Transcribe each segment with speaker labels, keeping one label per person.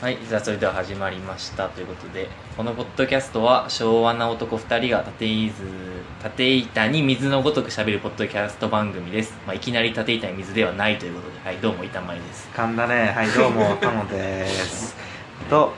Speaker 1: はい、じゃあそれでは始まりましたということでこのポッドキャストは昭和な男2人が縦いず縦板に水のごとく喋るポッドキャスト番組です、まあ、いきなり縦板に水ではないということではいどうも板前です
Speaker 2: 神田ねはいどうもタモですと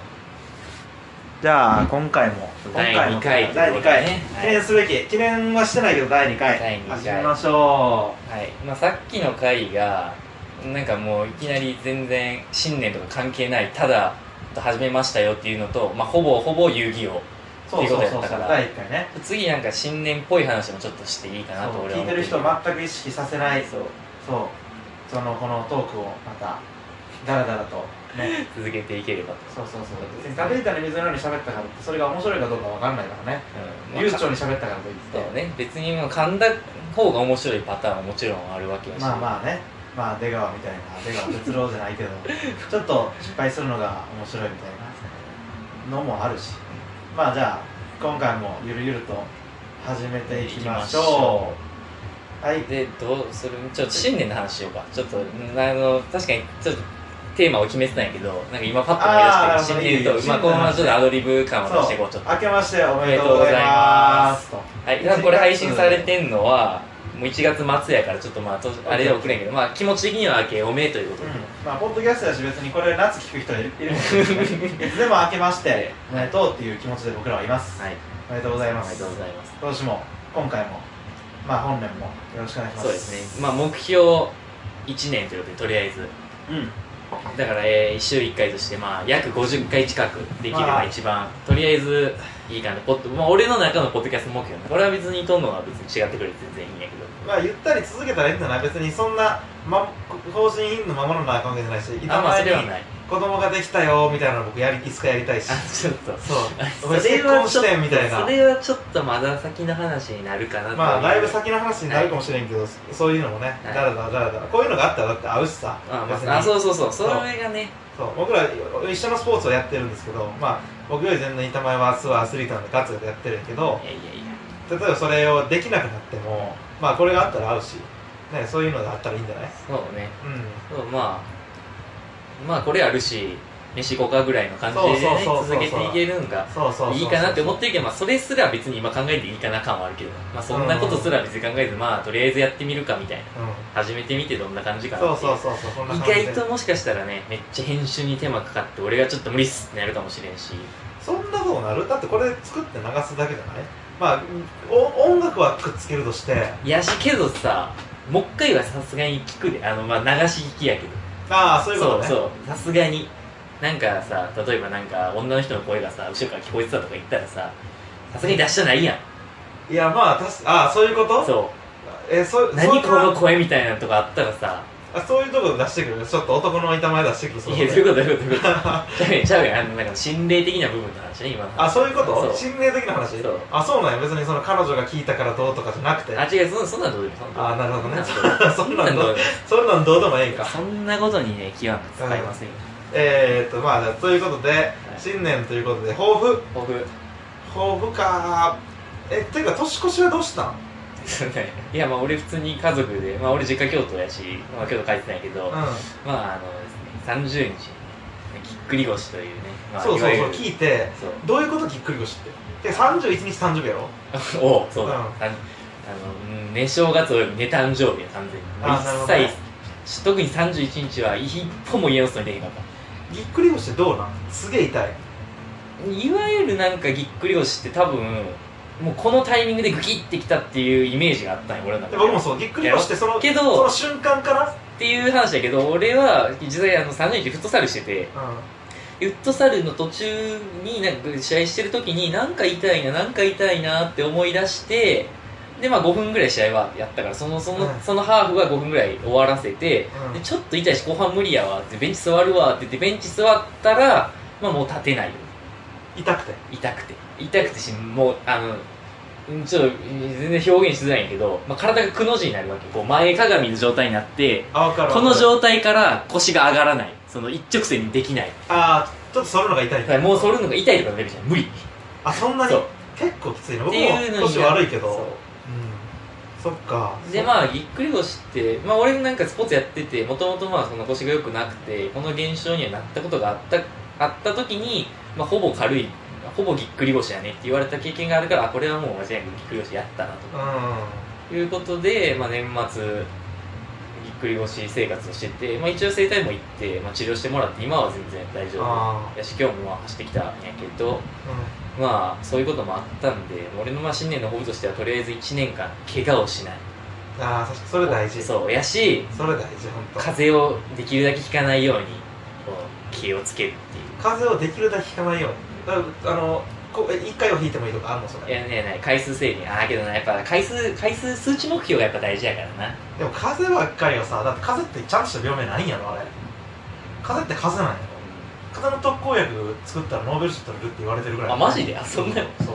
Speaker 2: じゃあ今回も今
Speaker 1: 第
Speaker 2: 回
Speaker 1: 二
Speaker 2: も
Speaker 1: 回
Speaker 2: 第
Speaker 1: ということ
Speaker 2: 2回
Speaker 1: でねはい
Speaker 2: 記念すべき記念はしてないけど第2回
Speaker 1: 第二回
Speaker 2: 始めましょ
Speaker 1: はい、まあ、さっきの回がなんかもういきなり全然新年とか関係ないただ始めましたよっていうのと、まあ、ほぼほぼ遊戯王
Speaker 2: うそうそうそうそ
Speaker 1: っていうことやっ
Speaker 2: う
Speaker 1: たから
Speaker 2: 第1回ね
Speaker 1: 次なんか新年っぽい話もちょっとしていいかな
Speaker 2: そ
Speaker 1: と
Speaker 2: う
Speaker 1: 俺は
Speaker 2: 聞い
Speaker 1: 思
Speaker 2: て
Speaker 1: ってる
Speaker 2: る人全く意識させないそうそのこのトークをまたダラダラと ね
Speaker 1: 続けていければと、
Speaker 2: そうそうそう別に縦板に水のように喋ったからってそれが面白いかどうかわかんないからね
Speaker 1: うんまあ
Speaker 2: 悠長に喋ったからといっ
Speaker 1: そう
Speaker 2: て
Speaker 1: ね別にもう噛んだ方が面白いパターンももちろんあるわけだし
Speaker 2: まあまあねまあ出川みたいな出川哲郎じゃない けどちょっと失敗するのが面白いみたいなのもあるしまあじゃあ今回もゆるゆると始めていきましょうはい
Speaker 1: でどうするちょっと新年の話しようかちょっとんあの確かにちょっとテーマを決めてたんやけどなんか今パッと思
Speaker 2: あー
Speaker 1: い出して新
Speaker 2: なるほどいいよ
Speaker 1: 年とまあこのままちょっとアドリブ感を出し
Speaker 2: そ
Speaker 1: ていこうちょ
Speaker 2: う
Speaker 1: っと
Speaker 2: 明けましておめでとうございますと
Speaker 1: はい、だからこれ配信されてんのはもう1月末やからちょっとまあとあれで送れんけどまあ気持ち的には明けおめということ
Speaker 2: う
Speaker 1: で、
Speaker 2: んまあポッドキャストだし別にこれ夏聞く人いるいるもんねいつでも明けましておめでとうっていう気持ちで僕らはいます、
Speaker 1: はい
Speaker 2: おめでとうございま
Speaker 1: お
Speaker 2: す
Speaker 1: めでとうございます
Speaker 2: 今年も今回もまあ本年もよろしくお願いします
Speaker 1: そうですねまあ目標1年ということでとりあえず
Speaker 2: うん
Speaker 1: だから、えー週1回として、まあ、約50回近くできれば一番、とりあえずいいかなポッド、まあ、俺の中のポッドキャスト目標ねこれは別に撮んのは別に違ってくれて全然いいんやけど
Speaker 2: まあゆったり続けたらいいんじゃない別にそんな、ま、方針員のままのな関係じゃないし
Speaker 1: あ
Speaker 2: 板
Speaker 1: まあそ
Speaker 2: 前に
Speaker 1: れはない
Speaker 2: 子供ができたよみたいなの僕やりいつかやりたいし
Speaker 1: あちょっと
Speaker 2: そう
Speaker 1: あ
Speaker 2: 俺結婚
Speaker 1: ちょ
Speaker 2: し
Speaker 1: っと
Speaker 2: てんみたいな
Speaker 1: それはちょっとまだ先の話になるかなという
Speaker 2: まあだいぶ先の話になるかもしれんけど、そういうのもね
Speaker 1: はい
Speaker 2: だらだらだらだらこういうのがあったらだって合うしさ
Speaker 1: あ、
Speaker 2: 別に
Speaker 1: まあ、あそうそうそうそれがね
Speaker 2: そう僕ら一緒のスポーツをやってるんですけどまあ僕より全然板前はすごいアスリートなんでガツガツやってるんやけど
Speaker 1: いやいやいや
Speaker 2: 例えばそれをできなくなってもまあこれがあったら合うし、ね、そういうのがあったらいいんじゃない
Speaker 1: そうね
Speaker 2: うん
Speaker 1: そうまあまあこれあるし飯5かぐらいの感じで
Speaker 2: そう
Speaker 1: ね
Speaker 2: そうそうそ
Speaker 1: 続
Speaker 2: う
Speaker 1: けていけるんが
Speaker 2: そうそうそうそう
Speaker 1: いいかなって思ってるけど、まあ、それすら別に今考えていいかな感はあるけど、まあ、そんなことすら別に考えず、まあ、とりあえずやってみるかみたいな
Speaker 2: うん
Speaker 1: 始めてみてどんな感じか
Speaker 2: そ
Speaker 1: な
Speaker 2: う
Speaker 1: って
Speaker 2: そうそうそうそんな感じ
Speaker 1: 意外ともしかしたらねめっちゃ編集に手間かかって俺がちょっと無理っすってなるかもしれんし
Speaker 2: そんなことなるだってこれ作って流すだけじゃないまあお音楽はくっつけるとして
Speaker 1: いやしけどさもう一回はさすがに聞くであの、まあ、流し聞きやけど
Speaker 2: ああそういうことね
Speaker 1: そうそうさすがになんかさ例えばなんか女の人の声がさ後ろから聞こえてたとか言ったらささすがに出したないやん
Speaker 2: いやまあたしああそういうこと
Speaker 1: そ
Speaker 2: えそうう
Speaker 1: 何こ
Speaker 2: そん
Speaker 1: の
Speaker 2: な
Speaker 1: 声みたいなのとかあったらさ
Speaker 2: あそういうところ出してくるちょっと男の板前出してくる
Speaker 1: いや、どういうことどういうことどういうことちゃうやんちゃうやんあの、なんか心霊的な部分の話ね、今の
Speaker 2: あそういうこ
Speaker 1: そう
Speaker 2: と心霊的な話
Speaker 1: そう
Speaker 2: あそうなんや別にその彼女が聞いたからどうとかじゃなくて
Speaker 1: あ、違う、そんそんなんどうでもいい。
Speaker 2: あーなるほどね
Speaker 1: そ
Speaker 2: そ
Speaker 1: ん
Speaker 2: ん
Speaker 1: な
Speaker 2: なんん
Speaker 1: ど
Speaker 2: ど
Speaker 1: う
Speaker 2: う
Speaker 1: でも
Speaker 2: そんなんどうでもええ
Speaker 1: い
Speaker 2: ん
Speaker 1: い
Speaker 2: か
Speaker 1: そんなことにね、気は使いませんよ。
Speaker 2: えーっとまあじゃあということで新年ということで抱負
Speaker 1: 僕、
Speaker 2: 抱負かえっていうか年越しはどうしたん
Speaker 1: そうねいや、まあ俺普通に家族で、まあ俺実家京都やし、まあ京都帰ってないけど、ま
Speaker 2: う
Speaker 1: ああのですね、30日にね、ぎっくり腰というね、ま
Speaker 2: ん、
Speaker 1: あ
Speaker 2: そうそう
Speaker 1: い
Speaker 2: そ
Speaker 1: わ
Speaker 2: う
Speaker 1: ゆる
Speaker 2: 聞いて
Speaker 1: そう
Speaker 2: どういうことぎっくり腰ってで31日誕生日やろ
Speaker 1: おう そうだ、
Speaker 2: うん
Speaker 1: あのあのうん寝正月および寝誕生日や完全に
Speaker 2: あなるほどね
Speaker 1: 一切特に31日は一歩も家の外に出へんかった
Speaker 2: ぎっくり腰ってどうなんすげえ痛い
Speaker 1: いわゆるなんかぎっくり腰って多分もうこのタイミングでグキッてきたっていうイメージがあったんよ俺の中
Speaker 2: で
Speaker 1: で
Speaker 2: 僕もそうぎっくり腰ってその
Speaker 1: け
Speaker 2: そ
Speaker 1: ど
Speaker 2: の
Speaker 1: っ
Speaker 2: 瞬間から、
Speaker 1: ていう話だけど俺は実際あの3年生フットサルしててフットサルの途中になんか試合してる時になんか痛いななんか痛いなって思い出してでまあ5分ぐらい試合はやったからそのその,、
Speaker 2: うん
Speaker 1: そのハーフは5分ぐらい終わらせて、
Speaker 2: うん
Speaker 1: でちょっと痛いし後半無理やわってベンチ座るわって言ってベンチ座ったら、まあ、もう立てないよ
Speaker 2: うん、痛くて
Speaker 1: 痛くて痛くてしもうあのうんちょっと全然表現しづらいんやけど、まあ、体がくの字になるわけこう前かがみの状態になって
Speaker 2: あ分かる
Speaker 1: この
Speaker 2: 分かる
Speaker 1: 状態から腰が上がらないその一直線にできない
Speaker 2: ああちょっと反るのが痛い
Speaker 1: だからもう反るのが痛いとかのレベルじゃん無理っ
Speaker 2: あそんなに
Speaker 1: そう
Speaker 2: 結構きついの
Speaker 1: て
Speaker 2: 僕も
Speaker 1: いうのに
Speaker 2: 腰悪いけ
Speaker 1: そ
Speaker 2: ど
Speaker 1: う
Speaker 2: うんそっか
Speaker 1: でまあぎっくり腰って、まあ、俺もなんかスポーツやっててもともとまあその腰が良くなくてこの現象にはなったことがあったあった時に、まあ、ほぼ軽いほぼぎっくり腰やねって言われた経験があるからあこれはもう間違いなくぎっくり腰やったなということで、まあ、年末ぎっくり腰生活をしてて、まあ、一応整体も行って、まあ、治療してもらって今は全然大丈
Speaker 2: あ
Speaker 1: 夫やし今日もまあ走ってきたんやけどまあそういうこともあったんで俺のまあ新年の抱負としてはとりあえず1年間怪我をしない
Speaker 2: ああ確かにそれ大事
Speaker 1: そうやし
Speaker 2: それ大事本当。
Speaker 1: 風邪をできるだけひかないようにこう気をつけるっていう
Speaker 2: 風邪をできるだけひかないようにだからあのこえ一回は引いてもいいとかあるのそ
Speaker 1: い
Speaker 2: れ
Speaker 1: やねない回数制限ああけどなやっぱ回数回数数値目標がやっぱ大事やからな
Speaker 2: でも風邪ばっかりはさだって風邪ってちゃんとした病名ないんやろあれ風邪って風邪なんやろ風邪の特効薬作ったらノーベル賞取れるって言われてるぐらい
Speaker 1: あマジであそんなの
Speaker 2: そう
Speaker 1: ま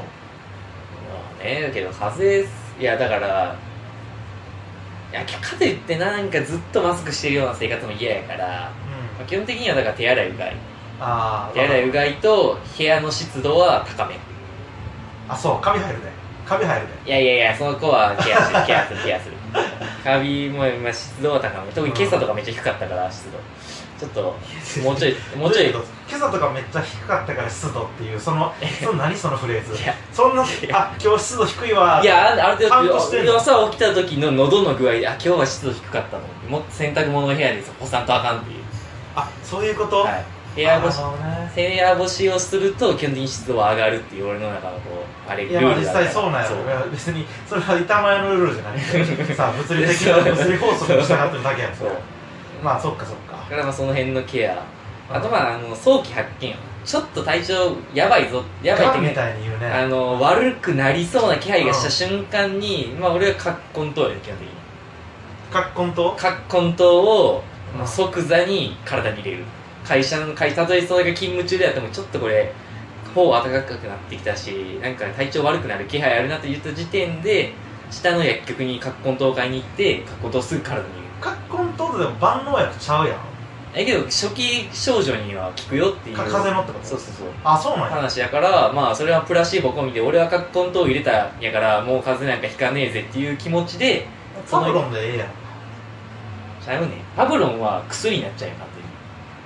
Speaker 1: あねだけど風邪いやだからいやかといってなんかずっとマスクしてるような生活も嫌やから、
Speaker 2: う
Speaker 1: まあ、
Speaker 2: ん
Speaker 1: 基本的にはだから手洗いうがい
Speaker 2: ああ
Speaker 1: 手洗いうがいと部屋の湿度は高め
Speaker 2: あそうカビ入るでカビ入るで
Speaker 1: いやいやいやその子はケアするケアするケアするカビも、まあ、湿度は高め特に今朝とかめっちゃ低かったから湿度ちょっともうちょい もうちょい
Speaker 2: 今朝とかめっちゃ低かったから湿度っていうそのその何そのフレーズ
Speaker 1: いや
Speaker 2: そんなあ今日湿度低いわ
Speaker 1: いやあある
Speaker 2: カウン
Speaker 1: 程
Speaker 2: トしてん
Speaker 1: 度
Speaker 2: の
Speaker 1: 朝起きた時の喉の具合であ今日は湿度低かったのもっと洗濯物の部屋で干さんとあかんっていう
Speaker 2: あそういうこと、
Speaker 1: はい部屋干し
Speaker 2: なるほどね
Speaker 1: 部屋干しをすると基本的に湿度は上がるっていう俺の中のこうあれ
Speaker 2: い
Speaker 1: ル
Speaker 2: や
Speaker 1: ー
Speaker 2: まあ
Speaker 1: ル
Speaker 2: 実
Speaker 1: だから
Speaker 2: 際そうなんやろいや別にそれは板前のルールじゃない さあ物理的
Speaker 1: そう
Speaker 2: な物理法則に従ってるだけやん
Speaker 1: そうそう
Speaker 2: まあそっかそっか
Speaker 1: だからまあその辺のケアあと
Speaker 2: あ
Speaker 1: まああの早期発見ちょっと体調やばいぞやばいって
Speaker 2: ガン
Speaker 1: ね
Speaker 2: みたいに言う
Speaker 1: あ
Speaker 2: ね
Speaker 1: の悪くなりそうな気配がした瞬間に、まあ俺は葛根湯やね基本的に
Speaker 2: 格根と
Speaker 1: 葛根湯を
Speaker 2: うん
Speaker 1: まあ即座に体に入れる会社の会たとえそれが勤務中であってもちょっとこれ頬暖かくなってきたしなんか体調悪くなる気配あるなって言った時点で下の薬局に葛根湯を買いに行って葛根湯をすぐ体に入
Speaker 2: 格根とでも万能薬ちゃうやんか
Speaker 1: れるだけど初期症状には効くよっていう
Speaker 2: 風邪のってこと
Speaker 1: そうそうそう
Speaker 2: あそうなんや
Speaker 1: 話やからまあそれはプラシーボ込みで俺はカッコン糖入れたんやからもう風邪なんかひかねえぜっていう気持ちで
Speaker 2: パブロンでええやん
Speaker 1: ちゃうねパブロンは薬になっちゃうよ完全に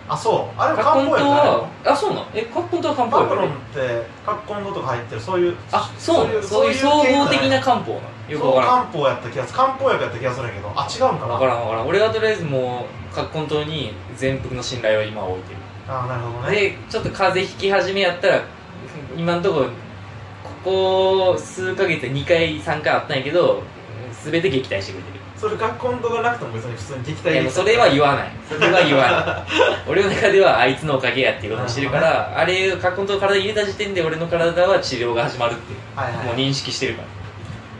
Speaker 2: あそうあれ
Speaker 1: カッ
Speaker 2: 漢
Speaker 1: コン
Speaker 2: 方薬じ
Speaker 1: 糖
Speaker 2: ゃないの
Speaker 1: はあそうなのえカッコン糖は漢方
Speaker 2: パブ
Speaker 1: 薬
Speaker 2: ロンって格根ととか入ってるそういう
Speaker 1: あそうなのそういう総合的な漢方なのよく
Speaker 2: そう
Speaker 1: わか
Speaker 2: 漢方やった気がする漢方薬やった気がするんやけどあ違うんから
Speaker 1: ん
Speaker 2: な
Speaker 1: わからんわからん俺はとりあえずもうカッコン糖に全幅の信頼を今置いてる
Speaker 2: あなるほどね
Speaker 1: でちょっと風邪ひき始めやったら今のところここ数ヶ月で2回3回あったんやけど全て撃退してくれてる
Speaker 2: それ学校のとがなくても別に普通に撃退
Speaker 1: いや
Speaker 2: で
Speaker 1: もう
Speaker 2: きた
Speaker 1: それは言わないそれは言 わない俺の中ではあいつのおかげやっていうことにしてるからあれをカッコンと体に入れた時点で俺の体は治療が始まるっていう
Speaker 2: はいはい
Speaker 1: もう認識してるから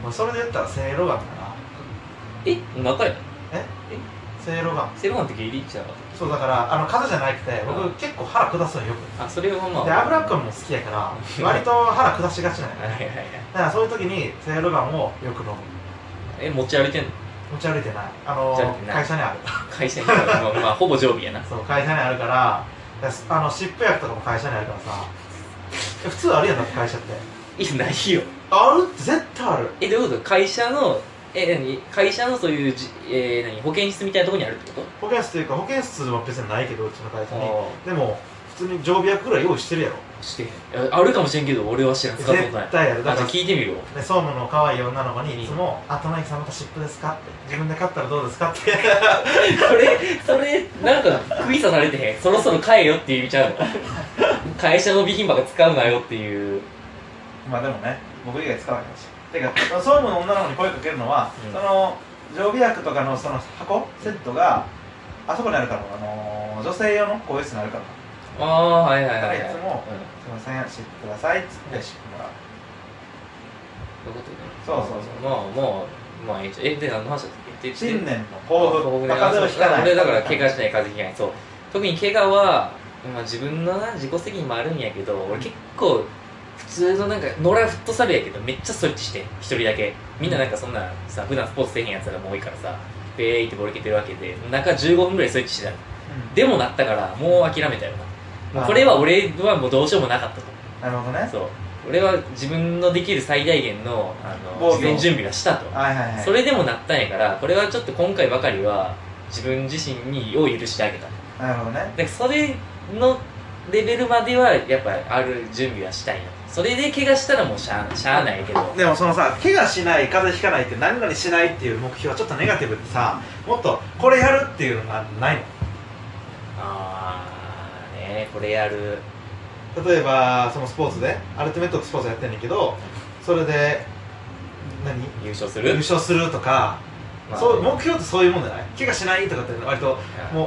Speaker 2: まあそれで言ったらセイロガンかな
Speaker 1: え中や
Speaker 2: セイロガン
Speaker 1: セロガンって下痢っちゃう
Speaker 2: そうだからあの風邪じゃなくて
Speaker 1: う
Speaker 2: 僕
Speaker 1: ん
Speaker 2: 結構腹下すのよく
Speaker 1: あそれはまあ
Speaker 2: で脂っこいもん好きやから割と腹下しがちなん
Speaker 1: は
Speaker 2: や
Speaker 1: いはい
Speaker 2: ね
Speaker 1: はい
Speaker 2: だからそういう時にセイロガンをよく飲む
Speaker 1: え持ち歩いてんの
Speaker 2: 持ち歩いてないあの
Speaker 1: 持ち歩いてない
Speaker 2: 会社にある
Speaker 1: 会 社にまあ、まあ、ほぼ常備やな
Speaker 2: そう会社にあるからだからあの湿布薬とかも会社にあるからさえ普通あるやんだって会社って
Speaker 1: いやないよ
Speaker 2: あるって絶対ある
Speaker 1: えどういうこと会社のえ何会社のそういうじ、えー、何保健室みたいなところにあるってこ
Speaker 2: 保健室というか保健室は別にないけどうちの会社
Speaker 1: と
Speaker 2: にでも普通に常備薬ぐらい用意してるやろ
Speaker 1: してへんえあるかもしれんけど俺は知らん使ったことない
Speaker 2: 絶対やるだ
Speaker 1: あ
Speaker 2: か
Speaker 1: じゃ
Speaker 2: ら
Speaker 1: あ聞いてみるわ
Speaker 2: で総務の可愛い女の子にいつも「あとなぎさんまた湿布ですか?」って「自分で買ったらどうですか?」って
Speaker 1: それそれなんか食い刺されてへんそろそろ帰えよっていう意味ちゃ うの会社の備品ばっか使うなよっていう
Speaker 2: まあでもね僕以外使わないしってか総務の女の子に声かけるのは、
Speaker 1: うん
Speaker 2: その常備薬とかのその箱セットがあそこにあるから、あのー女性用の更衣室にあるか
Speaker 1: あ
Speaker 2: ら
Speaker 1: あはいはいはい
Speaker 2: だからいつも「すいません湿布ください」っつって湿布もら
Speaker 1: う
Speaker 2: う
Speaker 1: ん、そういうことね
Speaker 2: そうそうそう
Speaker 1: まあまあまあえええで何の話だっけで
Speaker 2: 新年の
Speaker 1: あ
Speaker 2: 抱
Speaker 1: そう
Speaker 2: 負
Speaker 1: ね
Speaker 2: まあ風邪をひかない
Speaker 1: 俺だから怪我しない風邪ひかないそう特に怪我は、まあ、自分のな自己責任もあるんやけど俺結構普通のなんか野良フットサルやけどめっちゃストレッチしてん一人だけみんななんかそんなさ普段スポーツせえへんやつらも多いからさベーイってボロけてるわけで中15分ぐらいストレッチしてたの
Speaker 2: うん
Speaker 1: でもなったからもう諦めたよなもうこれは俺はもうどうしようもなかったと
Speaker 2: なるほどね
Speaker 1: そう俺は自分のできる最大限のあ
Speaker 2: 防
Speaker 1: の
Speaker 2: 御
Speaker 1: 事前準備はしたと
Speaker 2: はいはいはい
Speaker 1: それでもなったんやからこれはちょっと今回ばかりは自分自身にを許してあげた
Speaker 2: なるほどね
Speaker 1: でそれのレベルまではやっぱある準備はしたいなそれで怪我したらもうしゃあしゃあないけど
Speaker 2: でもそのさ怪我しない風邪ひかないって何々しないっていう目標はちょっとネガティブでさもっとこれやるっていうのがない
Speaker 1: ああねこれやる
Speaker 2: の例えばそのスポーツでアルティメットってスポーツやってんねんけどそれで何
Speaker 1: 優勝す
Speaker 2: 優
Speaker 1: る、
Speaker 2: 勝するとか、
Speaker 1: まあ
Speaker 2: そう目標ってそういうもんじゃない怪我しないとかって割とも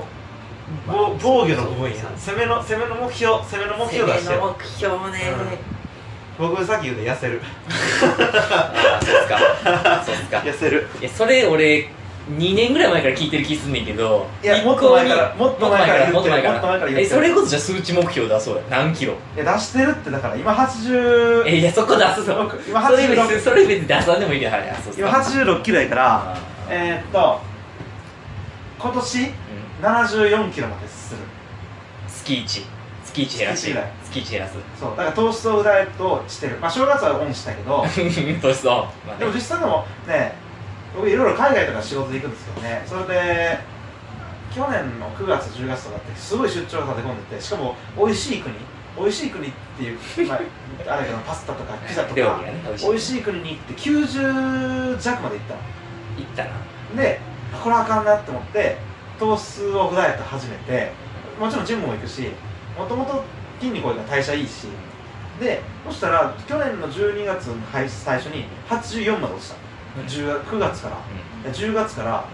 Speaker 2: う
Speaker 1: まあ
Speaker 2: 防防御の部分や
Speaker 1: そうそ
Speaker 2: 攻めの攻めの目標攻めの目標出し
Speaker 1: 攻
Speaker 2: て
Speaker 1: めの目標ね、
Speaker 2: 僕さっき言うで痩せる
Speaker 1: ああそうっすかそうっすか
Speaker 2: 痩せる
Speaker 1: いやそれ俺2年ぐらい前から聞いてる気すんねんけど
Speaker 2: いや
Speaker 1: 一
Speaker 2: もっと前からもっと前から
Speaker 1: もっと前から
Speaker 2: もっと前から言ってる
Speaker 1: えそれこそじゃあ数値目標出そうや何キロ
Speaker 2: いや出してるってだから今80
Speaker 1: えいやそこ出すの
Speaker 2: 僕今
Speaker 1: それ別に
Speaker 2: 86
Speaker 1: それ別に出さんでもいいねはいあそうっす
Speaker 2: 今
Speaker 1: か
Speaker 2: 86キロやから
Speaker 1: あー
Speaker 2: えー、っと今年
Speaker 1: うん
Speaker 2: 74キロまでする
Speaker 1: 月1月1減らして
Speaker 2: 月一ぐらい
Speaker 1: 月1減らす
Speaker 2: そうだから糖質をダイエットをしてるまあ正月はオンしたけど
Speaker 1: どうしそうまあ
Speaker 2: で
Speaker 1: ね
Speaker 2: も実際でもね僕いろいろ海外とか仕事で行くんですけどねそれで去年の9月10月とかってすごい出張が立て込んでてしかも美味しい国美味しい国っていう、まあ、あれやけどパスタとかピザ と
Speaker 1: 料
Speaker 2: か
Speaker 1: 理がね美味しい
Speaker 2: 美味しい国に行って90弱まで行ったの
Speaker 1: いったな
Speaker 2: であこれあかんなって思って糖質オフダイエット始めてもちろんジムも行くしもともと筋肉多いから代謝いいしでそしたら去年の12月の配最初に84まで落ちた
Speaker 1: うん
Speaker 2: 10 9月からいや10月から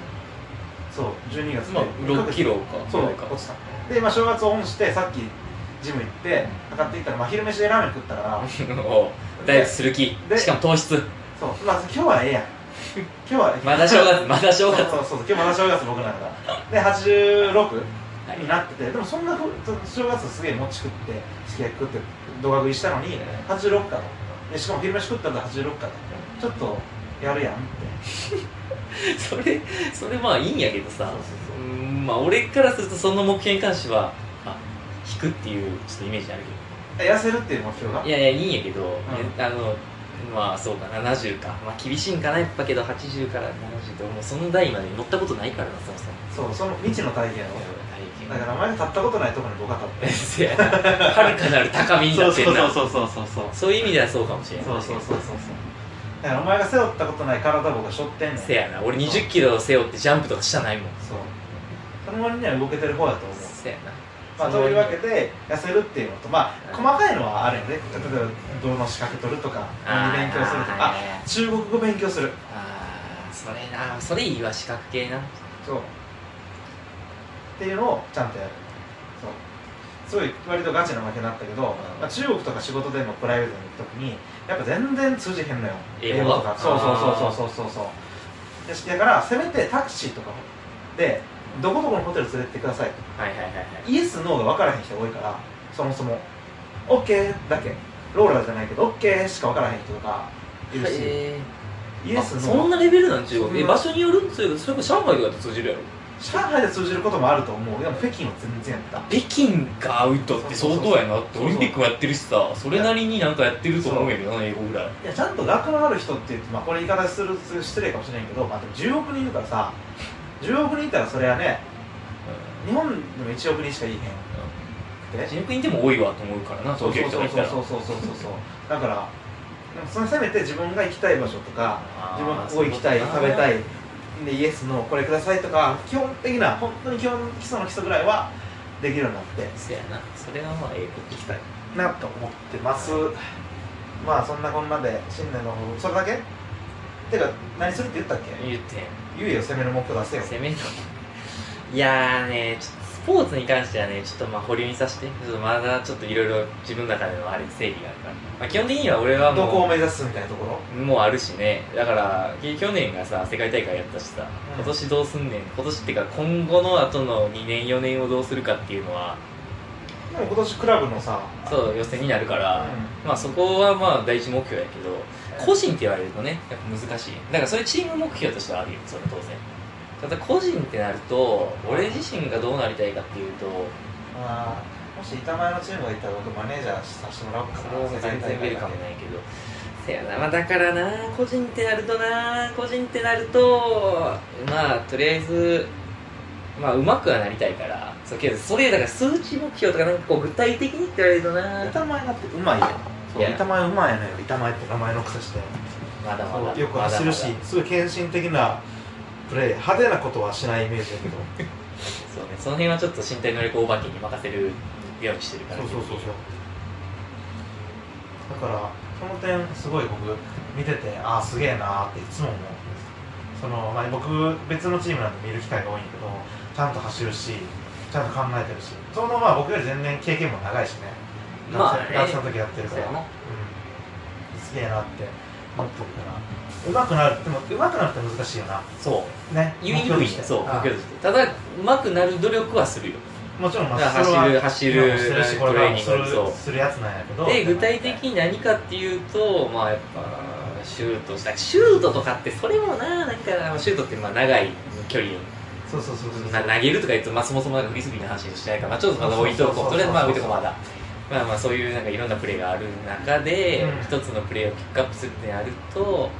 Speaker 2: そう12月
Speaker 1: うんまあ6キ
Speaker 2: ロ
Speaker 1: ロか
Speaker 2: そう
Speaker 1: か
Speaker 2: 落ちたで、まあ、正月オンしてさっきジム行って上がっていったら、まあ、昼飯でラーメン食ったから
Speaker 1: おダイエットする気
Speaker 2: で
Speaker 1: しかも糖質
Speaker 2: そうまあ今日はええやん今日は
Speaker 1: まだ正月まだ
Speaker 2: そ
Speaker 1: 正
Speaker 2: う
Speaker 1: 月
Speaker 2: そうそう今日まだ正月僕なんだからで86
Speaker 1: はい
Speaker 2: になっててでもそんなふ正月すげえ餅食ってすき焼き食って動画食いしたのに86かとでしかも昼飯食ったんだ86かとちょっとやるやんって
Speaker 1: それそれまあいいんやけど
Speaker 2: そう
Speaker 1: さ
Speaker 2: そう
Speaker 1: う
Speaker 2: そ
Speaker 1: ー
Speaker 2: うん
Speaker 1: まあ俺からするとその目標に関してはあ引くっていうちょっとイメージある
Speaker 2: 痩せるっていう目標が
Speaker 1: けどいやいやいいんやけど、
Speaker 2: ん
Speaker 1: えあのまあそうか70かまあ厳しいんかなやっぱけど80から70ってもうその台まで乗ったことないからなそも そも
Speaker 2: そうその未知の体験をだからお前が立ったことないところに僕は立って
Speaker 1: せ やなはるかなる高みになってんなそう
Speaker 2: そうそうそうそう
Speaker 1: いう意味ではそうかもしれない
Speaker 2: そうそうそうそうそうだからお前が背負ったことない体を僕は背負ってんねん
Speaker 1: せやな俺2 0キロ背負ってジャンプとかしたないもん
Speaker 2: そうその割には動けてる方だと思う
Speaker 1: せやな
Speaker 2: まあ、
Speaker 1: そ
Speaker 2: と
Speaker 1: の
Speaker 2: いうわけで痩せるっていうのとまあ細かいのはあるよね例えば動の資格取るとか
Speaker 1: あー
Speaker 2: 勉強する
Speaker 1: はい
Speaker 2: とか
Speaker 1: はいはい
Speaker 2: あ中国語勉強する
Speaker 1: あーそれなそれいいわ四角形な
Speaker 2: そうっていうのをちゃんとやるそうすごい割とガチな負けだったけど、まあ、中国とか仕事でもプライベートに行く時にやっぱ全然通じへんのよ
Speaker 1: 英語
Speaker 2: とかそうそうそうそうそうそうそうでしだからせめてタクシーとかでどこどこのホテル連れてってくださいと
Speaker 1: はいはいはいはい
Speaker 2: イエスノーが分からへん人が多いからそもそも OK だけローラーじゃないけど OK しか分からへん人とかいるし、
Speaker 1: え
Speaker 2: イエス
Speaker 1: あそ
Speaker 2: ノ
Speaker 1: ん
Speaker 2: ー
Speaker 1: なレベルなん中
Speaker 2: そん
Speaker 1: 国
Speaker 2: な
Speaker 1: え場所によるんそれそれこそ上海とかだと通じるやろ
Speaker 2: 上海で通じることもあると思うでも北京は全然やった
Speaker 1: 北京がアウトって相当やなって
Speaker 2: そうそうそう
Speaker 1: オリンピックもやってるしさそれなりになんかやってると思うんやけどな英語ぐらい
Speaker 2: いやちゃんと学のある人って言って、まあ、これ言い方する失礼かもしれんけど、まあ、でも10億人いるからさ10億人いたらそれはね日本でも1億人しかいいへんって
Speaker 1: 人口にでも多いわと思うからな
Speaker 2: そう
Speaker 1: 東
Speaker 2: そ
Speaker 1: 京
Speaker 2: う
Speaker 1: 人
Speaker 2: そ
Speaker 1: が
Speaker 2: う
Speaker 1: 来た
Speaker 2: そう
Speaker 1: ら
Speaker 2: そうそうそうそうだからでもそのせめて自分が行きたい場所とか
Speaker 1: あ
Speaker 2: 自分
Speaker 1: ー
Speaker 2: がここ行きたい
Speaker 1: そういうこと
Speaker 2: 食
Speaker 1: か
Speaker 2: べたいでイエスのこれくださいとか基本的な本当に基本基礎の基礎ぐらいはできるようになって
Speaker 1: せやなそれはまあ英語
Speaker 2: いきたいなと思ってますまあそんなこんなで新年の抱負それだけてか何するって言ったっけ
Speaker 1: 言ってん
Speaker 2: 言えよ攻めの目標出せよ
Speaker 1: 攻めのいやーねちょっとスポーツに関してはねちょっとまあ保留にさせてちょっとまだちょっといろいろ自分の中でのあれ整理があるから、まあ、基本的には俺はも
Speaker 2: ど
Speaker 1: う
Speaker 2: こを目指すみたいなところ
Speaker 1: もうあるしねだからき去年がさ世界大会やったしさ
Speaker 2: うん
Speaker 1: 今年どうすんねん今年ってか今後の後の2年4年をどうするかっていうのは
Speaker 2: でも今年クラブのさ
Speaker 1: そう予選になるから、
Speaker 2: う
Speaker 1: まあそこはまあ第一目標やけど個人って言われるとねやっぱ難しいだからそれチーム目標としてはあるよそれは当然ただ個人ってなると俺自身がどうなりたいかっていうと
Speaker 2: あーもし板前のチームがいたら僕マネージャーさせてもらおうか
Speaker 1: そ
Speaker 2: な
Speaker 1: の全然ウェルカム
Speaker 2: ね
Speaker 1: ないけどせやな、まあ、だからな個人ってなるとな個人ってなるとまあとりあえずまあうまくはなりたいからそうけどそれだから数値目標とかなんかこう具体的にって言われるとな
Speaker 2: 板前だってうまいよそ
Speaker 1: いうや
Speaker 2: 板前うまいのよ板前って名前のくせして
Speaker 1: まだま
Speaker 2: そ
Speaker 1: だ
Speaker 2: うよく走るし
Speaker 1: まだまだ
Speaker 2: すごい献身的なプレー派手なことはしないイメージだけど
Speaker 1: そうねその辺はちょっと身体能力お化けに任せるようにしてるから
Speaker 2: そうそうそうそうだからその点すごい僕見ててああすげえなーっていつも思うんですその、まあ、僕別のチームなんで見る機会が多いんだけどちゃんと走るしちゃんと考えてるしそのまあ僕より全然経験も長いしね
Speaker 1: まあ
Speaker 2: 学生
Speaker 1: ね
Speaker 2: 学生の時やってるか
Speaker 1: そう
Speaker 2: ら
Speaker 1: やな
Speaker 2: うん、すげえなって思ってるから上手くなるでも上手くなるって難しいよな
Speaker 1: そう
Speaker 2: ね
Speaker 1: 言いにくいねそう目標としてただうまくなる努力はするよ
Speaker 2: もちろんまあ
Speaker 1: だから
Speaker 2: それは
Speaker 1: 走る走る
Speaker 2: 今もしてるしこれからもす
Speaker 1: トレーニングそう
Speaker 2: るするやつなんやけど
Speaker 1: で具体的に何かっていうとまあやっぱシュートしたシュートとかってそれもななんかシュートってまあ長い距離を
Speaker 2: そうそうそうそう
Speaker 1: な投げるとか言うと、まあ、そもそもなんかフリスビーの話をしないから、まあ、ちょっとまだ置いとこうそれはまあ置いとこうまだまあまあそういうなんかいろんなプレーがある中で
Speaker 2: うん
Speaker 1: 一、つのプレーをピックアップするってなると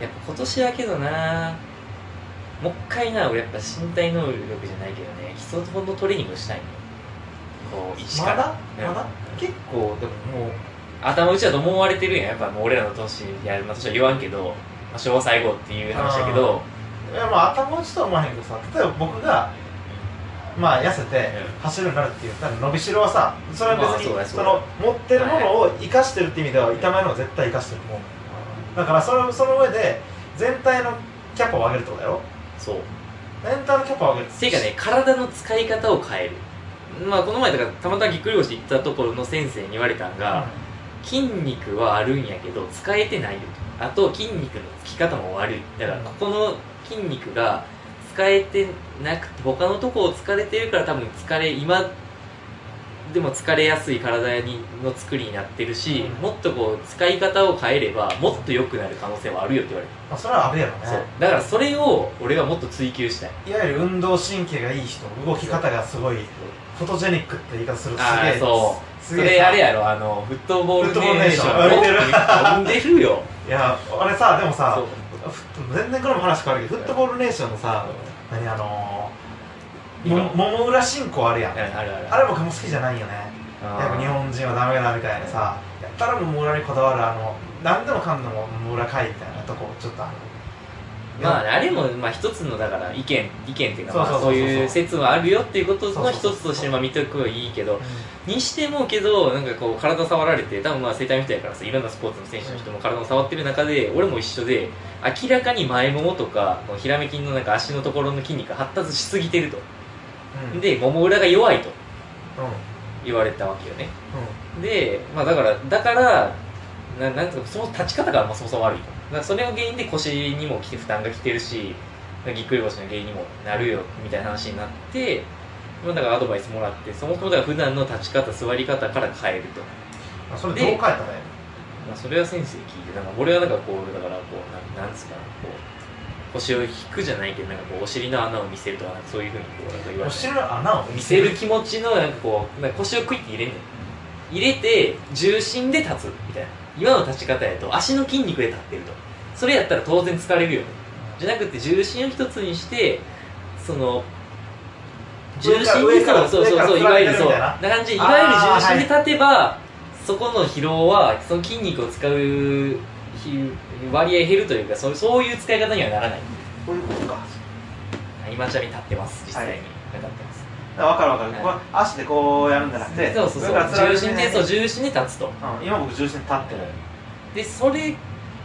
Speaker 1: やっぱ今年だけどなもう一回な俺やっぱ身体能力じゃないけどね基礎のトレーニングをしたいのこう一
Speaker 2: ま
Speaker 1: から
Speaker 2: だ
Speaker 1: う
Speaker 2: ま
Speaker 1: ん
Speaker 2: だ結構でももう
Speaker 1: 頭打ちだと思われてるやんやっぱもう俺らの年いやまあ年は言わんけど、まあ、昭和最後っていう話だけど
Speaker 2: いやまあ頭打ちとは思わへんけどさ例えば僕がまあ痩せて
Speaker 1: う
Speaker 2: 走るようになるっていうただ伸びしろはさそれは別に、
Speaker 1: まあ
Speaker 2: そ
Speaker 1: そうだ
Speaker 2: の
Speaker 1: よ
Speaker 2: 持ってるものを生かしてるって意味では痛まの方が絶対生かしてると思うだからそのその上で全体のキャパを上げるってことだろ
Speaker 1: そう
Speaker 2: 全体のキャパを上げる
Speaker 1: ていうかね体の使い方を変えるまあこの前だからたまたまぎっくり腰行ったところの先生に言われたんが、筋肉はあるんやけど使えてないよとあと筋肉のつき方も悪いだからここの筋肉が使えてなくて他のとこを疲れてるから多分疲れ今でも疲れやすい体にの作りになってるし、
Speaker 2: うん
Speaker 1: もっとこう使い方を変えればもっと良くなる可能性はあるよって言われ
Speaker 2: まあ、それはあるやろ
Speaker 1: た、そう
Speaker 2: ね
Speaker 1: だからそれを俺はもっと追求したい
Speaker 2: いわゆる運動神経がいい人動き方がすごいフォトジェニックって言い方するす
Speaker 1: あ
Speaker 2: げ
Speaker 1: あ
Speaker 2: え
Speaker 1: そう
Speaker 2: す
Speaker 1: そ
Speaker 2: げえ
Speaker 1: れあれやろあのフットボールネーション
Speaker 2: フットボールネーシ
Speaker 1: 飛んでるよ
Speaker 2: いやあれさでもさ
Speaker 1: そう
Speaker 2: ふ全然これも話変わるけどフットボールネーションのさ何あのー、も
Speaker 1: 今
Speaker 2: 桃浦新行あるやん
Speaker 1: うんあるある
Speaker 2: あれ僕も好きじゃないよねやっぱ日本人はダメだみたいなさやったら桃浦にこだわるあの何でもかんでも桃浦会みたいなとこちょっとある
Speaker 1: まああれもまあ一つのだから意見意見っていうかまあ
Speaker 2: そう
Speaker 1: そ
Speaker 2: そうそうそう
Speaker 1: ういう説はあるよっていうことの
Speaker 2: そうそうそう
Speaker 1: 一つとしてまあ見とくはいいけどにしてもけどなんかこう体触られて多分まあ生体みたいやからさいろんなスポーツの選手の人も体を触ってる中で俺も一緒で明らかに前ももとかこのひらめ筋のなんか足のところの筋肉が発達しすぎてると
Speaker 2: うんうん
Speaker 1: でもも裏が弱いと
Speaker 2: うんうん
Speaker 1: 言われたわけよねで、まあ、だからだからななんていうかその立ち方がまあそもそも悪いとだからそれが原因で腰にもきて負担がきてるしぎっくり腰の原因にもなるよみたいな話になってまあだからアドバイスもらってそもそもだから普段の立ち方座り方から変えると、
Speaker 2: まあそれど
Speaker 1: で
Speaker 2: う変えたらいいの
Speaker 1: まあ、それは先生聞いてなんか俺はなんかこうだからこうなんなんつうかなこう腰を引くじゃないけどなんかこうお尻の穴を見せるとかなんかそういうふうにこうなんか言わ
Speaker 2: お
Speaker 1: れて
Speaker 2: 尻の穴を
Speaker 1: 見せる気持ちのなんかこうなんか腰をクイッて入れんねん入れて重心で立つみたいな今の立ち方やと足の筋肉で立ってるとそれやったら当然疲れるよねじゃなくて重心を一つにしてその重
Speaker 2: 上から
Speaker 1: 心
Speaker 2: 上
Speaker 1: で
Speaker 2: から
Speaker 1: そうそう
Speaker 2: 上から
Speaker 1: そういわゆるそう
Speaker 2: 振られ
Speaker 1: な
Speaker 2: てるみたいな
Speaker 1: 感じでい
Speaker 2: あー
Speaker 1: わゆる重心で立てば、そこの疲労はその筋肉を使うひ割合減るというかそうそういう使い方にはならない
Speaker 2: こういうことか
Speaker 1: 今ちなみに立ってます実際に、
Speaker 2: はい
Speaker 1: 立ってます
Speaker 2: 分かる分かる、
Speaker 1: はい
Speaker 2: これ足でこうやるんじゃなくて
Speaker 1: そうそうそう
Speaker 2: 上からつられ
Speaker 1: 重
Speaker 2: て
Speaker 1: 心でそう重心に立つと
Speaker 2: うん今僕重心立ってる、
Speaker 1: でそれ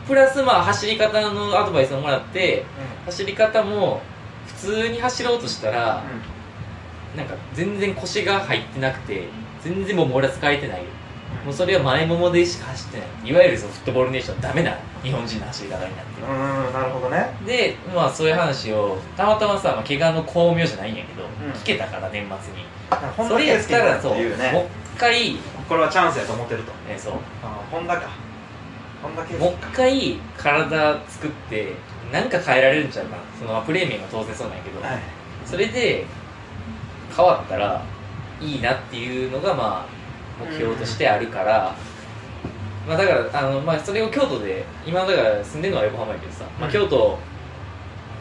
Speaker 1: プラスまあ走り方のアドバイスをもらって走り方も普通に走ろうとしたら
Speaker 2: うん
Speaker 1: なんか全然腰が入ってなくて全然もう漏ら使えてないよもうそれは前ももでしか走ってないいわゆるそのフットボールネーションダメな日本人の走り方になってる
Speaker 2: うんなるほどね
Speaker 1: でまあそういう話をたまたまさ、まあ、怪我の巧妙じゃないんやけど、
Speaker 2: ん
Speaker 1: 聞けたから年末に
Speaker 2: 本
Speaker 1: そ
Speaker 2: 田
Speaker 1: れ
Speaker 2: 圭
Speaker 1: やっ
Speaker 2: 佑
Speaker 1: たら
Speaker 2: だと
Speaker 1: そう、
Speaker 2: いう
Speaker 1: も
Speaker 2: ね
Speaker 1: う一回、
Speaker 2: これはチャンスやと思ってると
Speaker 1: えそう
Speaker 2: あ本田か本田圭
Speaker 1: もう
Speaker 2: 佑
Speaker 1: 一回体作って何か変えられるんちゃうかなそのまあプレー面は当然そうなんやけど、
Speaker 2: はい
Speaker 1: それで変わったらいいなっていうのがまあ目標としてあるから、まあだからあの、まあ、それを京都で今だから住んでるのは横浜やけどさ、まあ、
Speaker 2: うん
Speaker 1: 京都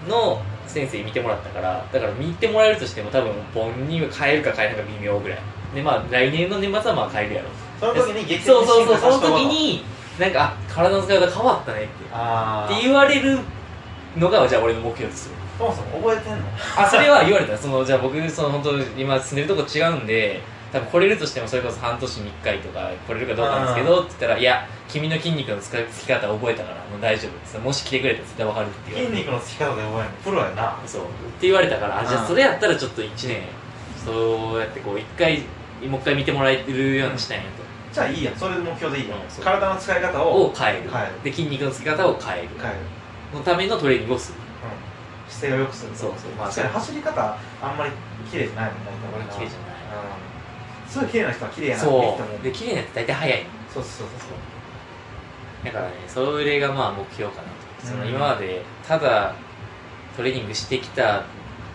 Speaker 1: の先生に見てもらったからだから見てもらえるとしても多分本人は変えるか変えないか微妙ぐらいでまあ来年の年末はまあ変えるやろ
Speaker 2: その時に激的
Speaker 1: そう
Speaker 2: に
Speaker 1: そう
Speaker 2: 進
Speaker 1: そうそ
Speaker 2: 化さ
Speaker 1: の
Speaker 2: せてもら
Speaker 1: 時
Speaker 2: う
Speaker 1: になんかあ体の使い方変わったねって
Speaker 2: あ
Speaker 1: って
Speaker 2: ー
Speaker 1: 言われるのがじゃあ俺の目標ですよ
Speaker 2: そもそも覚えてんの
Speaker 1: あそれは言われたそのじゃあ僕その本当今住んでるとこ違うんで多分来れるとしてもそれこそ半年に1回とか来れるかどうかなんですけどって言ったら「いや君の筋肉の使いつき方覚えたからもう大丈夫」ですもし来てくれたら絶対わかるって言わ
Speaker 2: 筋
Speaker 1: れて
Speaker 2: 肉のつき方で覚えるのプロやな
Speaker 1: そうって言われたからあじゃ
Speaker 2: う
Speaker 1: あ
Speaker 2: ん
Speaker 1: それやったらちょっと1年そうやってこう1回もう1回見てもらえるようにしたいな
Speaker 2: じゃあいいやんそれで目標でいいやん
Speaker 1: うんそう
Speaker 2: 体の使い方
Speaker 1: と
Speaker 2: を
Speaker 1: を変える
Speaker 2: 変える
Speaker 1: で筋肉のつき方を変える
Speaker 2: 変える
Speaker 1: のためのトレーニングをする
Speaker 2: うん姿勢を良くする
Speaker 1: そうそう
Speaker 2: まあ、確かに走り方あんまり綺麗じゃないもん
Speaker 1: あん
Speaker 2: ね
Speaker 1: まり綺麗じゃない
Speaker 2: うんすごい綺麗な人は綺麗なって言って
Speaker 1: そ
Speaker 2: たもん
Speaker 1: うで綺麗なやつ大体早い
Speaker 2: そうそうそうそう
Speaker 1: だからねそれがまあ目標かなとその
Speaker 2: うん
Speaker 1: 今までただトレーニングしてきた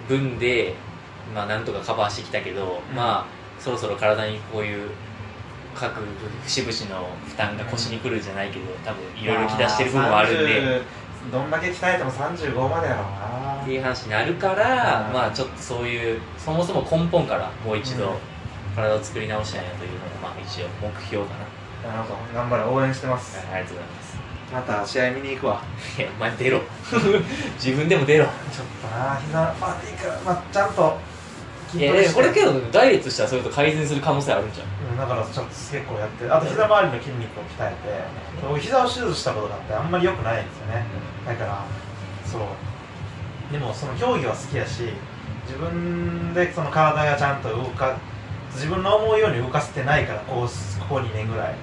Speaker 1: 分でまあなんとかカバーしてきたけど、
Speaker 2: うん
Speaker 1: まあそろそろ体にこういう各節々の負担が腰にくるじゃないけど多分いろいろき出してる部分もあるんで、
Speaker 2: まあ30どんだけ鍛えても35までやろうな
Speaker 1: っていう話になるから、
Speaker 2: うん
Speaker 1: まあちょっとそういうそもそも根本からもう一
Speaker 2: う
Speaker 1: 度
Speaker 2: ん
Speaker 1: 体を作り直したいなというのがまあ一応目標かな、
Speaker 2: なるほど頑張れ応援してます
Speaker 1: はいありがとうございます
Speaker 2: また試合見に行くわ
Speaker 1: いやお前出ろ 自分でも出ろ
Speaker 2: ちょっとな膝まあいいから、まあ、ちゃんと
Speaker 1: い
Speaker 2: 筋
Speaker 1: や
Speaker 2: トレ
Speaker 1: で
Speaker 2: し
Speaker 1: も
Speaker 2: て
Speaker 1: これけどダイエットしたらそういうこと改善する可能性あるんじゃん
Speaker 2: うんだからちょっと結構やってあと膝周りの筋肉を鍛えて僕膝を手術したことがあってあんまり良くないんですよねだからそうでもその競技は好きやし自分でその体がちゃんと動か自分の思うように動かせてないからこうすここ2年ぐらい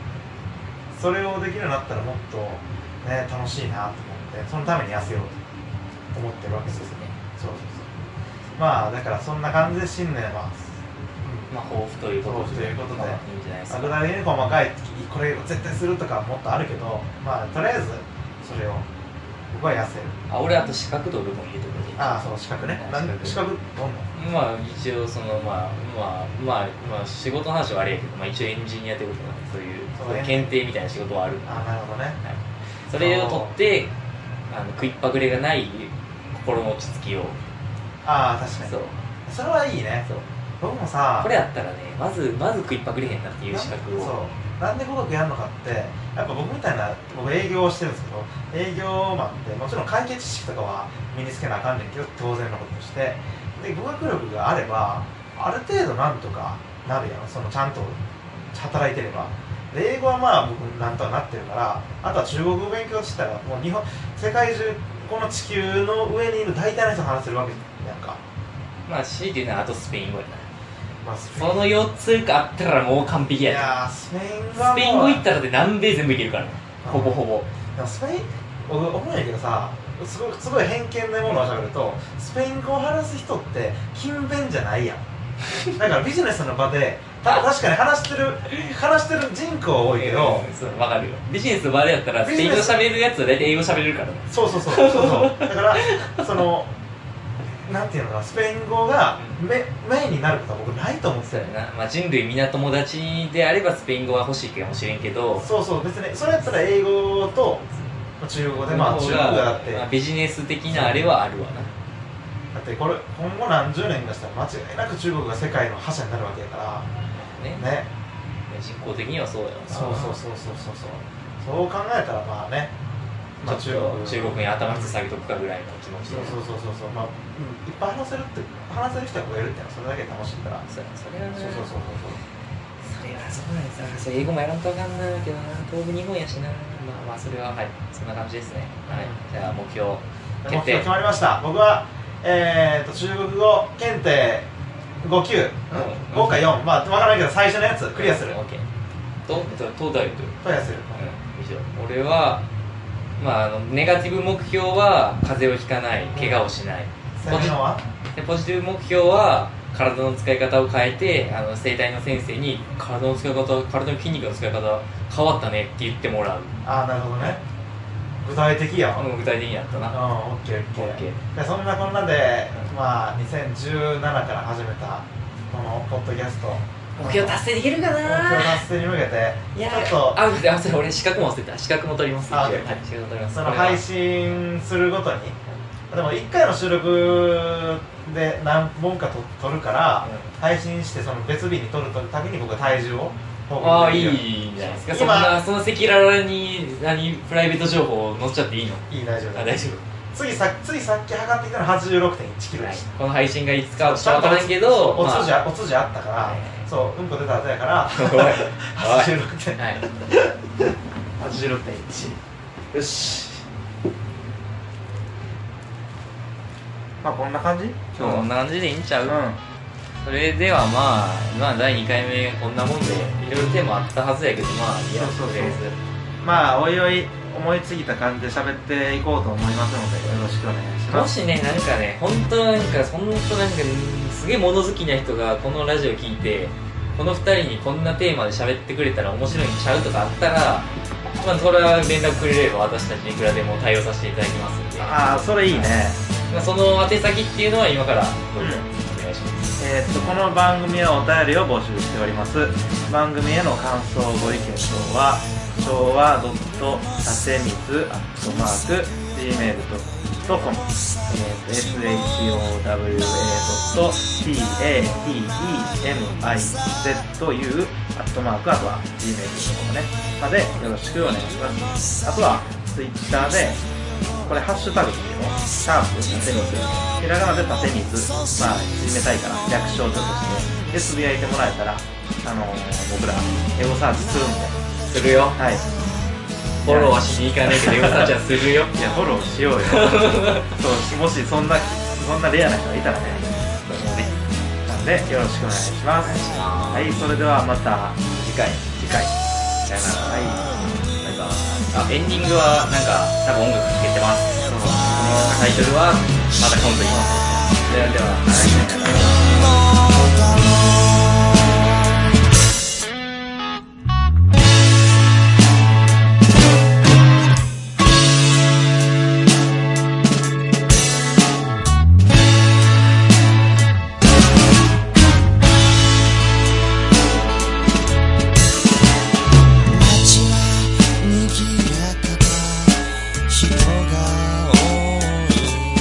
Speaker 2: それをできるようになったらもっと、ね、楽しいなと思ってそのために痩せようと思ってるわけですよそうそうそうまあだからそんな感じで新年は、
Speaker 1: まあ抱負ということ
Speaker 2: 抱負ということで
Speaker 1: まあいいんじゃないですか
Speaker 2: 具体的に細かいこれを絶対するとかもっとあるけどまあとりあえずそれを僕は痩せる
Speaker 1: あ俺あと資格取るも入れてくれて
Speaker 2: ああそう資格ね
Speaker 1: あ
Speaker 2: なん資
Speaker 1: 資
Speaker 2: 格
Speaker 1: 格
Speaker 2: どんどん
Speaker 1: まあ一応そのまあまあまあ、まあ、仕事の話はあれやけど、まあ、一応エンジニアということなんでそういう
Speaker 2: そう
Speaker 1: そういう検定みたいな仕事はあるんで
Speaker 2: ああなるほどね
Speaker 1: それを取ってあの食いっぱぐれがない心の落ち着きを
Speaker 2: ああ確かに
Speaker 1: そう
Speaker 2: それはいいね
Speaker 1: そう
Speaker 2: 僕もさ
Speaker 1: これやったらねまずまず食いっぱぐれへんなっていう資格
Speaker 2: なそ
Speaker 1: を
Speaker 2: うなんで孤独やるのかってやっぱ僕みたいな僕営業をしてるんですけど営業マンってもちろん会計知識とかは身につけなあかんねんけど当然のこととしてで語学力があればある程度なんとかなるやんそのちゃんと働いてればで英語はまあ僕なんとかなってるからあとは中国語勉強したらもう日本世界中この地球の上にいる大体の人と話せるわけやんか
Speaker 1: まあ強いて言うのはあとスペイン語やな
Speaker 2: まあスペイン
Speaker 1: その4つがあったらもう完璧
Speaker 2: い
Speaker 1: やで
Speaker 2: やースペインは
Speaker 1: ス
Speaker 2: もう
Speaker 1: ペイン語行ったらで南米全部いけるから
Speaker 2: うん
Speaker 1: ほぼほぼ
Speaker 2: でもスペイン俺思うんやけどさすごいすごい偏見なものをしゃべるとスペイン語を話す人って勤勉じゃないやんだからビジネスの場でた確かに話してる話してる人口は多いけど
Speaker 1: そう分かるよビジネスの場でやったらスペイン語喋るやつは大体英語喋れるからな
Speaker 2: そうそうそうそうそうだからそのなんていうのかなスペイン語がメメインになることは僕ないと思ってた
Speaker 1: そう
Speaker 2: よ
Speaker 1: やな、まあ、人類皆友達であればスペイン語は欲しいかもしれんけど
Speaker 2: そうそう別にそれやったら英語と中国語でまあ中
Speaker 1: そ
Speaker 2: 国
Speaker 1: の
Speaker 2: 語
Speaker 1: 方が
Speaker 2: だって
Speaker 1: まあビジネス的なあれはあるわな
Speaker 2: だってこれ今後何十年かしたら間違いなく中国が世界の覇者になるわけやから
Speaker 1: ね
Speaker 2: ね
Speaker 1: 人口的にはそうやわな
Speaker 2: そうそうそうそうそうそうそう考えたらまあね、まあ、
Speaker 1: ちょっと中国に頭つ下げとくかぐらいの気持ち
Speaker 2: そ
Speaker 1: で
Speaker 2: うそうそうそうそうまあ、うん、いっぱい話せるって話せる人が増えるってのはそれだけで楽しいから
Speaker 1: そうやそれは
Speaker 2: そう
Speaker 1: ね
Speaker 2: そうそうそう
Speaker 1: それはそうなんですよそれ英語もやらんとあかんなけどな東部日本やしなまあまあそれははいそんな感じですねはいじゃあ目標
Speaker 2: そう目
Speaker 1: 決定
Speaker 2: 標決まりました僕はえー、と中国語検定5級、
Speaker 1: うん
Speaker 2: 5か4まあ分からないけど最初のやつクリアする
Speaker 1: オッケーとと東大と
Speaker 2: クリアする、
Speaker 1: 以上俺はまああのネガティブ目標は風邪をひかない怪我をしない
Speaker 2: 最初のは
Speaker 1: でポジティブ目標は体の使い方を変えてあの整体の先生に体の使い方体の筋肉の使い方変わったねって言ってもらう
Speaker 2: ああなるほどね具体的やわ、
Speaker 1: うん具体的にやった
Speaker 2: うん、
Speaker 1: な
Speaker 2: オッケーオッケ
Speaker 1: オ
Speaker 2: ー
Speaker 1: ッケー
Speaker 2: でそんなこんなで、
Speaker 1: うん
Speaker 2: まあ2017から始めたこのポッドキャスト
Speaker 1: 目標達成できるか
Speaker 2: 目標
Speaker 1: な
Speaker 2: 達成に向けて
Speaker 1: い
Speaker 2: ち
Speaker 1: や
Speaker 2: ょっと
Speaker 1: あ、あそれ俺資格も忘れてた資格も取ります
Speaker 2: あ
Speaker 1: はい
Speaker 2: OK
Speaker 1: 資格取ります
Speaker 2: その
Speaker 1: これは
Speaker 2: 配信するごとにでも1回の収録で何本かと撮るから、配信してその別日に撮るために僕は体重を報
Speaker 1: ああ
Speaker 2: 告で
Speaker 1: い
Speaker 2: きるように
Speaker 1: いじゃないですかそん
Speaker 2: 今
Speaker 1: なその赤裸々に何プライベート情報載っちゃっていいの
Speaker 2: いい大丈夫
Speaker 1: あ大丈
Speaker 2: 次さついさっき測ってきたの86.1キ
Speaker 1: 夫、
Speaker 2: ロ
Speaker 1: は
Speaker 2: で
Speaker 1: い
Speaker 2: した、
Speaker 1: この配信がいつかはちょっと分からんけど
Speaker 2: お通じ
Speaker 1: ま
Speaker 2: あお通じあったから、
Speaker 1: はい
Speaker 2: そううんこ出た後 やから
Speaker 1: あおい
Speaker 2: 86.1
Speaker 1: おいはい
Speaker 2: 86.1よしまあこんな感じ
Speaker 1: 今日こんな感じでいいんちゃう、
Speaker 2: う
Speaker 1: それではまあ、まあ、第2回目こんなもんでいろいろテーマあったはずやけどまあいいや
Speaker 2: そうそうそう
Speaker 1: とりあえず
Speaker 2: んまあおいおい思いついた感じで喋っていこうと思いますのでよろしくお願いし
Speaker 1: も
Speaker 2: ます
Speaker 1: しねなんかね本当なんか本当なんかうんすげえ物好きな人がこのラジオ聞いてこの2人にこんなテーマで喋ってくれたら面白いんちゃうとかあったらまあそれは連絡くれれば私たちいくらでも対応させていただきますんで、ま
Speaker 2: ああそれいいね
Speaker 1: あ、その宛先っていうのは今からどうぞお願いします、
Speaker 2: えーっとこの番組はお便りを募集しております番組への感想ご意見等は昭和ドット立光アットマーク gmail.com showa.taemizu アットマークあとは gmail.com ねまでよろしくお願いしますあとは Twitter でこれハッシュタグっていうのシャープ縦水ひらがなで縦水まあ縮めたいから略称としてでつぶやいてもらえたらあのー僕らエゴサーチするんで
Speaker 1: するよ
Speaker 2: はい
Speaker 1: フォロー はしに行かないけどよさちゃんするよ
Speaker 2: いやフォローしよう よそうもしそんなそんなレアな人がいたらねねなんでよろしくお願いします
Speaker 1: は
Speaker 2: はいそれではまた
Speaker 1: 次回
Speaker 2: 次回
Speaker 1: さよなら
Speaker 2: はい
Speaker 1: バイバイあエンディングはなんか多分音楽かけてます
Speaker 2: どうぞ
Speaker 1: タイトルはまた今度言いますではでは
Speaker 2: はいさよなら
Speaker 3: 街は賑やかで人が多い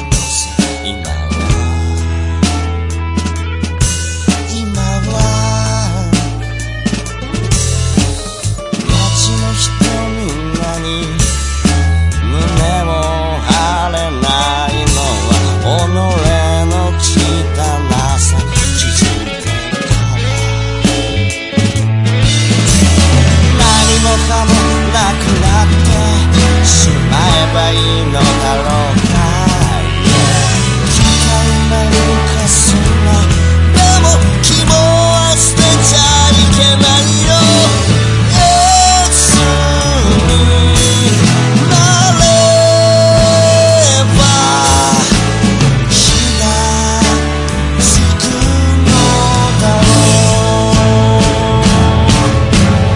Speaker 3: のさ今は今は街の人みんなに胸を張れないのは己の汚さ気づいてから何もかもなくなってしまえばいいのだろうか Yeah 時間が浮かすなでも希望は捨てちゃいけないよ It's になれば火がつくのだろ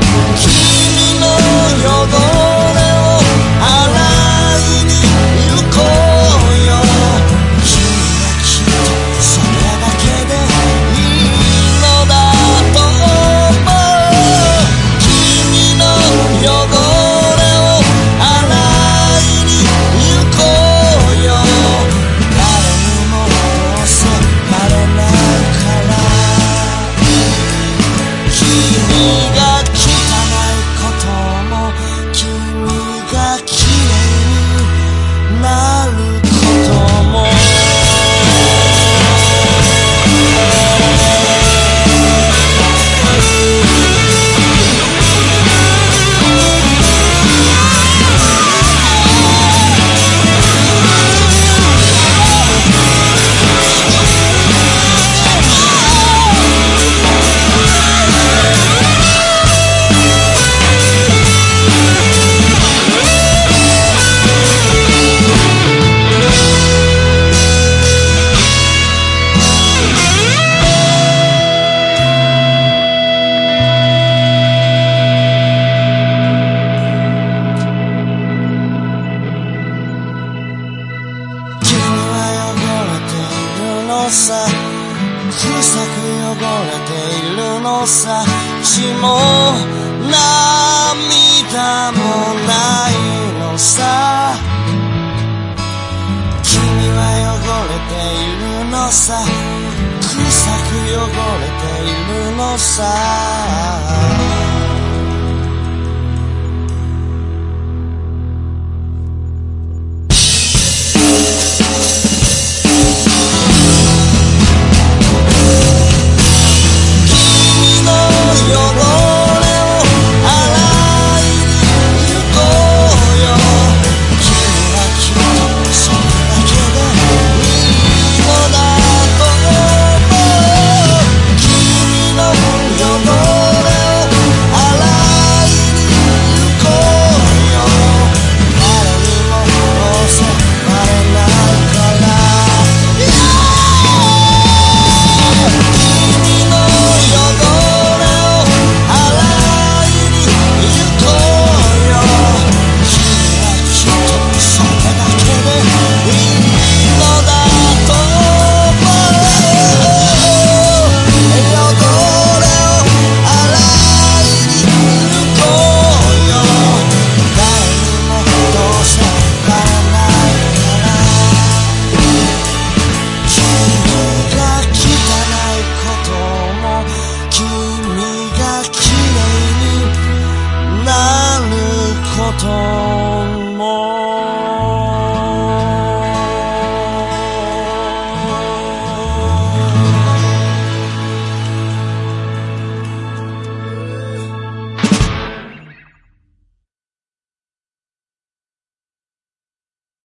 Speaker 3: う「君の汚れを洗いに行こう」よ「君はきっとそれだけでいいのだと思う」「君の汚れを洗いに行こうよ」「誰にもどうせバレないから」君が汚いことも君が綺麗になることも君は汚れているのさ臭く汚れているのさ血も涙もないのさ君はれているのさ臭く汚れているのさ君の汚れを洗いに行こうよ君はきっとそれだけでいいのだと思う君の汚れを洗いに行こうよ誰にも襲われないから君の汚れを洗いに行こうよ」「君はきっとそれだけでいいのだと思う」「汚れを洗いに行こうよ」「誰にもどうせわからないから」君が汚いことも君が綺麗になることも